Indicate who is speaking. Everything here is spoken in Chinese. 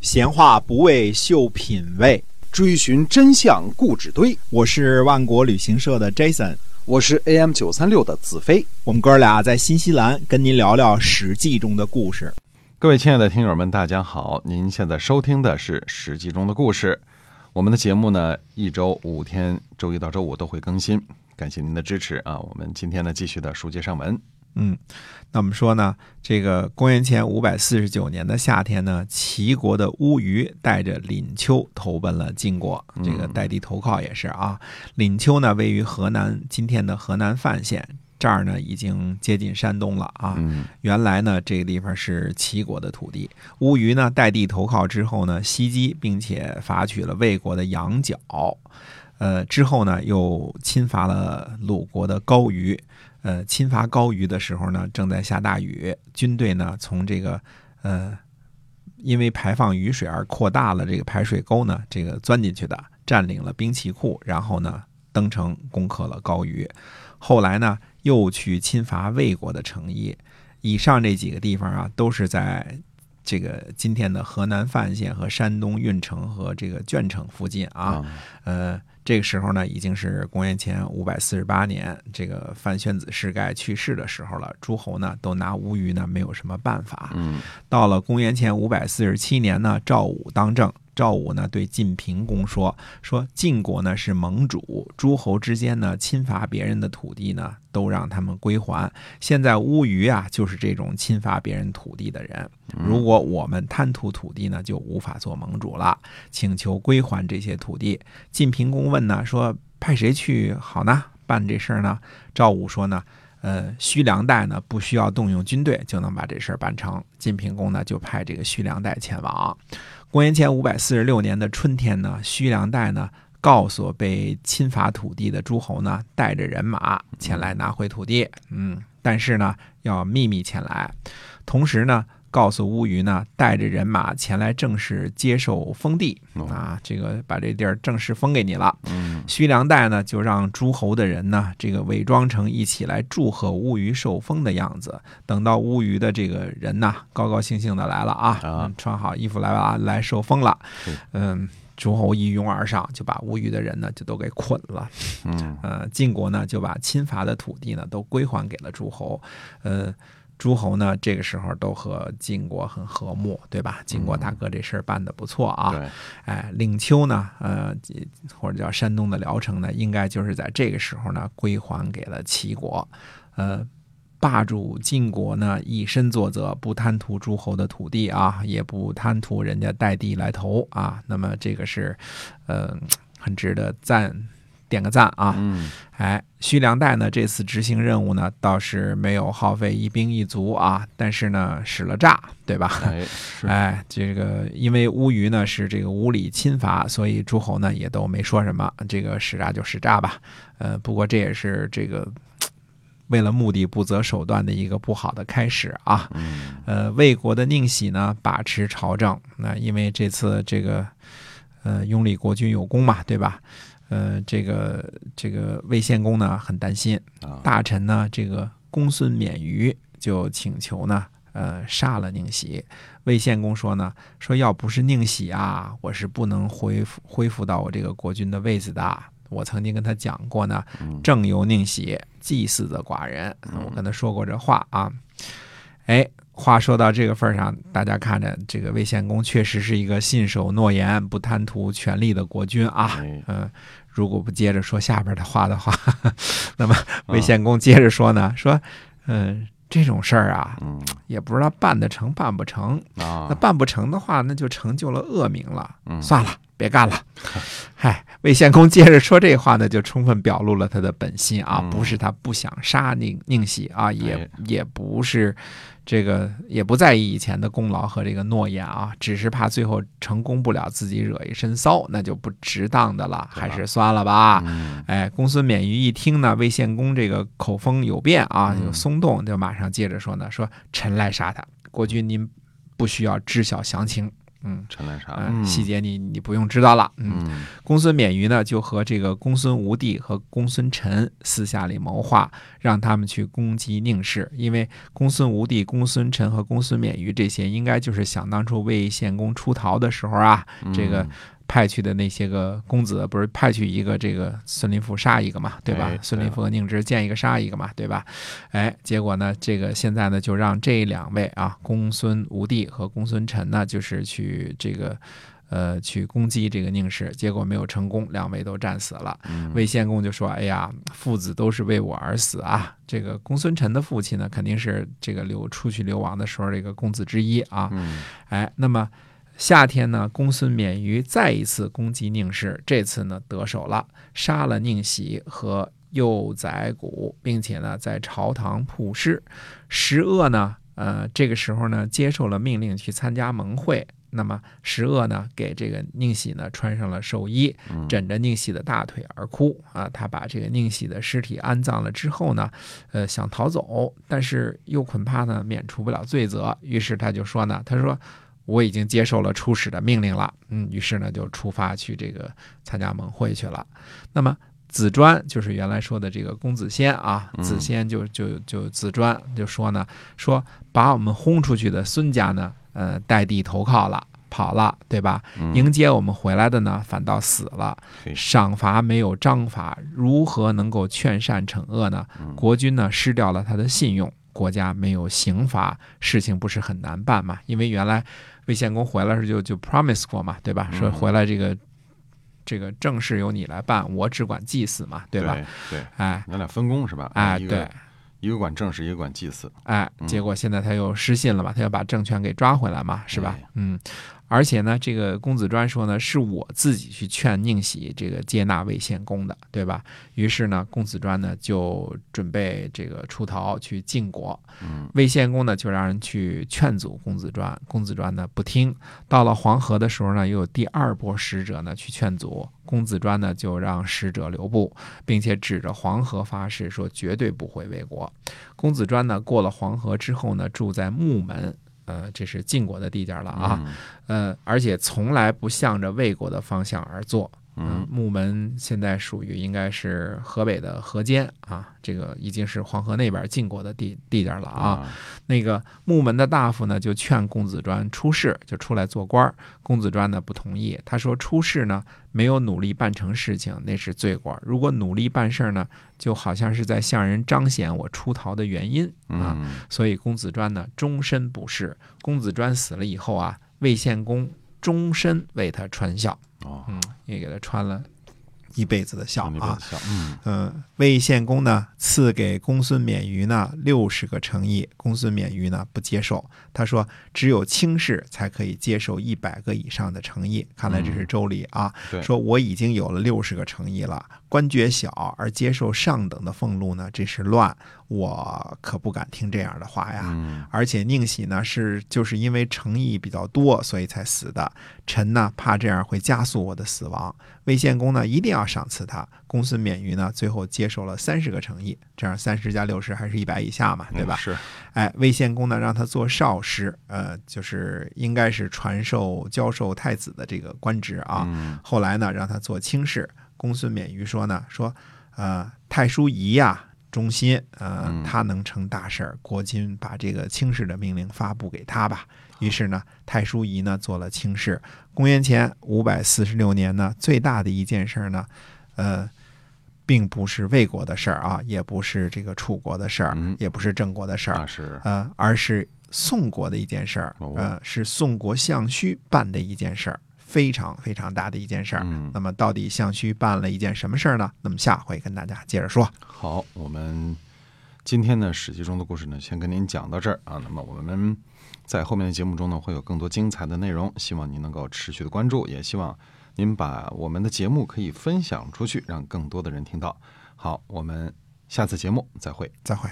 Speaker 1: 闲话不为秀品味，
Speaker 2: 追寻真相故纸堆。
Speaker 1: 我是万国旅行社的 Jason，
Speaker 2: 我是 AM 九三六的子飞。
Speaker 1: 我们哥俩在新西兰跟您聊聊《史记》中的故事。
Speaker 3: 各位亲爱的听友们，大家好！您现在收听的是《史记》中的故事。我们的节目呢，一周五天，周一到周五都会更新。感谢您的支持啊！我们今天呢，继续的书接上文。
Speaker 1: 嗯，那我们说呢，这个公元前五百四十九年的夏天呢，齐国的乌鱼带着闵丘投奔了晋国，
Speaker 2: 嗯
Speaker 1: 这个代地投靠也是啊。闵丘呢，位于河南今天的河南范县，这儿呢已经接近山东了啊。
Speaker 3: 嗯
Speaker 1: 原来呢，这个地方是齐国的土地。乌鱼呢，代地投靠之后呢，袭击并且伐取了魏国的羊角，呃，之后呢，又侵伐了鲁国的高于。呃，侵伐高于的时候呢，正在下大雨，军队呢从这个呃，因为排放雨水而扩大了这个排水沟呢，这个钻进去的，占领了兵器库，然后呢登城攻克了高于。后来呢，又去侵伐魏国的城邑。以上这几个地方啊，都是在这个今天的河南范县和山东运城和这个鄄城附近啊。，呃，这个时候呢，已经是公元前五百四十八年，这个范宣子世盖去世的时候了。诸侯呢，都拿吴虞呢没有什么办法。
Speaker 3: 嗯
Speaker 1: 到了公元前五百四十七年呢，赵武当政。赵武呢对晋平公说：“说晋国呢是盟主，诸侯之间呢侵伐别人的土地呢，都让他们归还。现在乌鱼啊就是这种侵伐别人土地的人。如果我们贪图土地呢，就无法做盟主了。请求归还这些土地。”晋平公问呢说：“派谁去好呢？办这事儿呢？”赵武说呢：“呃，徐良代呢不需要动用军队就能把这事儿办成。晋平公呢就派这个徐良代前往。公元前五百四十六年的春天呢，徐良代呢告诉被侵伐土地的诸侯呢，带着人马前来拿回土地。嗯，但是呢要秘密前来，同时呢。告诉乌鱼呢，带着人马前来正式接受封地
Speaker 3: 哦
Speaker 1: 啊，这个把这地儿正式封给你了。
Speaker 3: 嗯
Speaker 1: 徐良代呢，就让诸侯的人呢，这个伪装成一起来祝贺乌鱼受封的样子。等到乌鱼的这个人呢，高高兴兴的来了啊，
Speaker 3: 啊
Speaker 1: 嗯穿好衣服来了，来受封了
Speaker 3: 是。
Speaker 1: 嗯，诸侯一拥而上，就把乌鱼的人呢，就都给捆了。
Speaker 3: 嗯
Speaker 1: 呃，晋国呢就把侵伐的土地呢都归还给了诸侯，呃，诸侯呢这个时候都和晋国很和睦，对吧？晋国大哥这事儿办得不错啊。
Speaker 3: 对，
Speaker 1: 哎，领丘呢，呃，或者叫山东的聊城呢，应该就是在这个时候呢归还给了齐国，呃。霸主晋国呢，以身作则，不贪图诸侯的土地啊，也不贪图人家代地来投啊。那么这个是，呃，很值得赞， 点个赞啊。
Speaker 3: 嗯
Speaker 1: 哎，徐良代呢，这次执行任务呢，倒是没有耗费一兵一卒啊，但是呢，使了诈，对吧？
Speaker 3: 哎是
Speaker 1: 哎，这个因为乌鱼呢是这个无理侵伐，所以诸侯呢也都没说什么，这个使诈就使诈吧。呃，不过这也是这个为了目的不择手段的一个不好的开始啊。
Speaker 3: 嗯
Speaker 1: 呃，魏国的宁喜呢把持朝政，那因为这次这个呃拥立国君有功嘛，对吧？呃，这个这个魏献公呢很担心，
Speaker 3: 啊
Speaker 1: 大臣呢这个公孙免于就请求呢。呃，杀了宁喜。魏献公说呢，说要不是宁喜啊，我是不能恢复恢复到我这个国君的位子的。我曾经跟他讲过呢，
Speaker 3: 嗯
Speaker 1: 正由宁喜，祭祀则寡人。我跟他说过这话啊。哎，话说到这个份儿上，大家看着这个魏献公确实是一个信守诺言、不贪图权力的国君啊。
Speaker 3: 哎
Speaker 1: 嗯、如果不接着说下边的话的话， 那么
Speaker 3: 嗯
Speaker 1: 魏献公接着说呢，说，嗯、这种事儿啊，
Speaker 3: 嗯
Speaker 1: 也不知道办得成办不成。那
Speaker 3: 啊
Speaker 1: 办不成的话，那就成就了恶名了。
Speaker 3: 嗯
Speaker 1: 算了，别干了。 嗨，魏献公接着说这话呢，就充分表露了他的本心啊，
Speaker 3: 嗯
Speaker 1: 不是他不想杀宁宁喜啊，也
Speaker 3: 哎
Speaker 1: 也不是这个也不在意以前的功劳和这个诺言啊，只是怕最后成功不了，自己惹一身骚，那就不值当的了，
Speaker 3: 对吧
Speaker 1: 还是算了吧。
Speaker 3: 嗯
Speaker 1: 哎，公孙免于一听呢，魏献公这个口风有变啊，
Speaker 3: 嗯
Speaker 1: 有松动，就马上接着说呢，说臣来杀他，国君您不需要知晓详情，嗯，
Speaker 3: 陈兰莎，
Speaker 1: 嗯，细节你你不用知道了。嗯，
Speaker 3: 嗯
Speaker 1: 公孙免于呢就和这个公孙无地和公孙臣私下里谋划，让他们去攻击宁氏，因为公孙无地、公孙臣和公孙免于这些，应该就是想当初魏献公出逃的时候啊，
Speaker 3: 嗯
Speaker 1: 这个派去的那些个公子，不是派去一个这个孙林甫杀一个嘛，对吧？
Speaker 3: 哎
Speaker 1: 孙林
Speaker 3: 对
Speaker 1: 甫和宁直见一个杀一个嘛，对吧？哎，结果呢，这个现在呢就让这两位啊，公孙无地和公孙臣呢，就是去这个。呃，去攻击这个宁氏，结果没有成功，两位都战死了。
Speaker 3: 嗯
Speaker 1: 魏献公就说：“哎呀，父子都是为我而死啊！这个公孙臣的父亲呢，肯定是这个流出去流亡的时候这个公子之一啊。
Speaker 3: 嗯
Speaker 1: 哎，那么夏天呢，公孙免于再一次攻击宁氏，这次呢得手了，杀了宁喜和幼崽谷，并且呢在朝堂曝尸。石恶呢，呃，这个时候呢接受了命令去参加盟会。那么石恶呢，给这个宁喜呢穿上了寿衣，
Speaker 3: 嗯
Speaker 1: 枕着宁喜的大腿而哭啊。他把这个宁喜的尸体安葬了之后呢，呃，想逃走，但是又恐怕呢免除不了罪责，于是他就说呢，他说我已经接受了出使的命令了，嗯，于是呢就出发去这个参加盟会去了。那么子专就是原来说的这个公子仙啊，
Speaker 3: 嗯
Speaker 1: 子仙就就就子专就说呢，说把我们轰出去的孙家呢，呃，代地投靠了。跑了，对吧？
Speaker 3: 嗯
Speaker 1: 迎接我们回来的呢，反倒死了。
Speaker 3: 嘿
Speaker 1: 赏罚没有章法，如何能够劝善惩恶呢？
Speaker 3: 嗯
Speaker 1: 国君呢失掉了他的信用，国家没有刑罚，事情不是很难办嘛？因为原来魏献公回来时就就 promise 过嘛，对吧？
Speaker 3: 嗯
Speaker 1: 说回来这个这个正事由你来办，我只管祭祀嘛，对吧？？
Speaker 3: 对，
Speaker 1: 哎
Speaker 3: 咱俩分工是吧？啊
Speaker 1: 哎，
Speaker 3: 一
Speaker 1: 对
Speaker 3: 个，一个管正事，一个管祭祀。
Speaker 1: 哎，结果现在他又失信了嘛，他要把政权给抓回来嘛，是吧
Speaker 3: 嗯哎？
Speaker 1: 嗯，而且呢，这个公子专说呢，是我自己去劝宁喜这个接纳魏献公的，对吧？于是呢，公子专呢就准备这个出逃去晋国，
Speaker 3: 嗯
Speaker 1: 魏献公呢就让人去劝阻公子专，公子专呢不听。到了黄河的时候呢，又有第二波使者呢去劝阻，公子专呢就让使者留步，并且指着黄河发誓说绝对不回魏国。公子专呢过了黄河之后呢，住在木门。呃，这是晋国的地界了
Speaker 3: 嗯
Speaker 1: 啊，，呃，而且从来不向着魏国的方向而坐。
Speaker 3: 嗯，
Speaker 1: 木门现在属于应该是河北的河间啊，这个已经是黄河那边晋国的地地界了
Speaker 3: 嗯
Speaker 1: 啊。，那个木门的大夫呢，就劝公子专出仕，就出来做官儿。公子专呢不同意，他说出仕呢没有努力办成事情，那是罪过；如果努力办事儿呢，就好像是在向人彰显我出逃的原因啊。
Speaker 3: 嗯，
Speaker 1: 所以公子专呢终身不仕。公子专死了以后啊，魏献公终身为他穿孝，
Speaker 3: 哦，
Speaker 1: 嗯，也给他穿了一辈子的孝
Speaker 3: 那
Speaker 1: 啊
Speaker 3: 边。小，嗯
Speaker 1: 嗯，魏献公呢赐给公孙免于呢六十个诚意，公孙免于呢不接受，他说只有卿士才可以接受一百个以上的诚意。看来这是周礼啊，
Speaker 3: 对
Speaker 1: 说我已经有了六十个诚意了，官爵小而接受上等的俸禄呢，这是乱，我可不敢听这样的话呀。
Speaker 3: 嗯
Speaker 1: 而且宁喜呢是就是因为诚意比较多，所以才死的。臣呢怕这样会加速我的死亡。魏献公呢一定要赏赐他。公孙免于呢最后接受了三十个诚意，这样三十加六十还是一百以下嘛，对吧？
Speaker 3: 嗯是，
Speaker 1: 哎，魏献公呢让他做少师，呃，就是应该是传授教授太子的这个官职啊。
Speaker 3: 嗯
Speaker 1: 后来呢，让他做卿士。公孙免于说呢，说，呃，太叔仪呀、忠心，呃
Speaker 3: 嗯，
Speaker 1: 他能成大事儿，国君把这个卿士的命令发布给他吧。于是呢，太叔仪呢做了卿士。公元前五百四十六年呢，最大的一件事儿呢，呃，并不是魏国的事儿啊，也不是这个楚国的事儿，
Speaker 3: 嗯
Speaker 1: 也不是郑国的事儿
Speaker 3: 那，是，
Speaker 1: 呃，而是宋国的一件事儿
Speaker 3: 哦，
Speaker 1: 呃，是宋国项须办的一件事儿，非常非常大的一件事儿。
Speaker 3: 嗯
Speaker 1: 那么到底项须办了一件什么事儿呢？那么下回跟大家接着说。
Speaker 3: 好，我们今天呢《史记》中的故事呢，先跟您讲到这儿啊。那么我们在后面的节目中呢，会有更多精彩的内容，希望您能够持续的关注，也希望您把我们的节目可以分享出去，让更多的人听到。好，我们下次节目再会。
Speaker 1: 再会。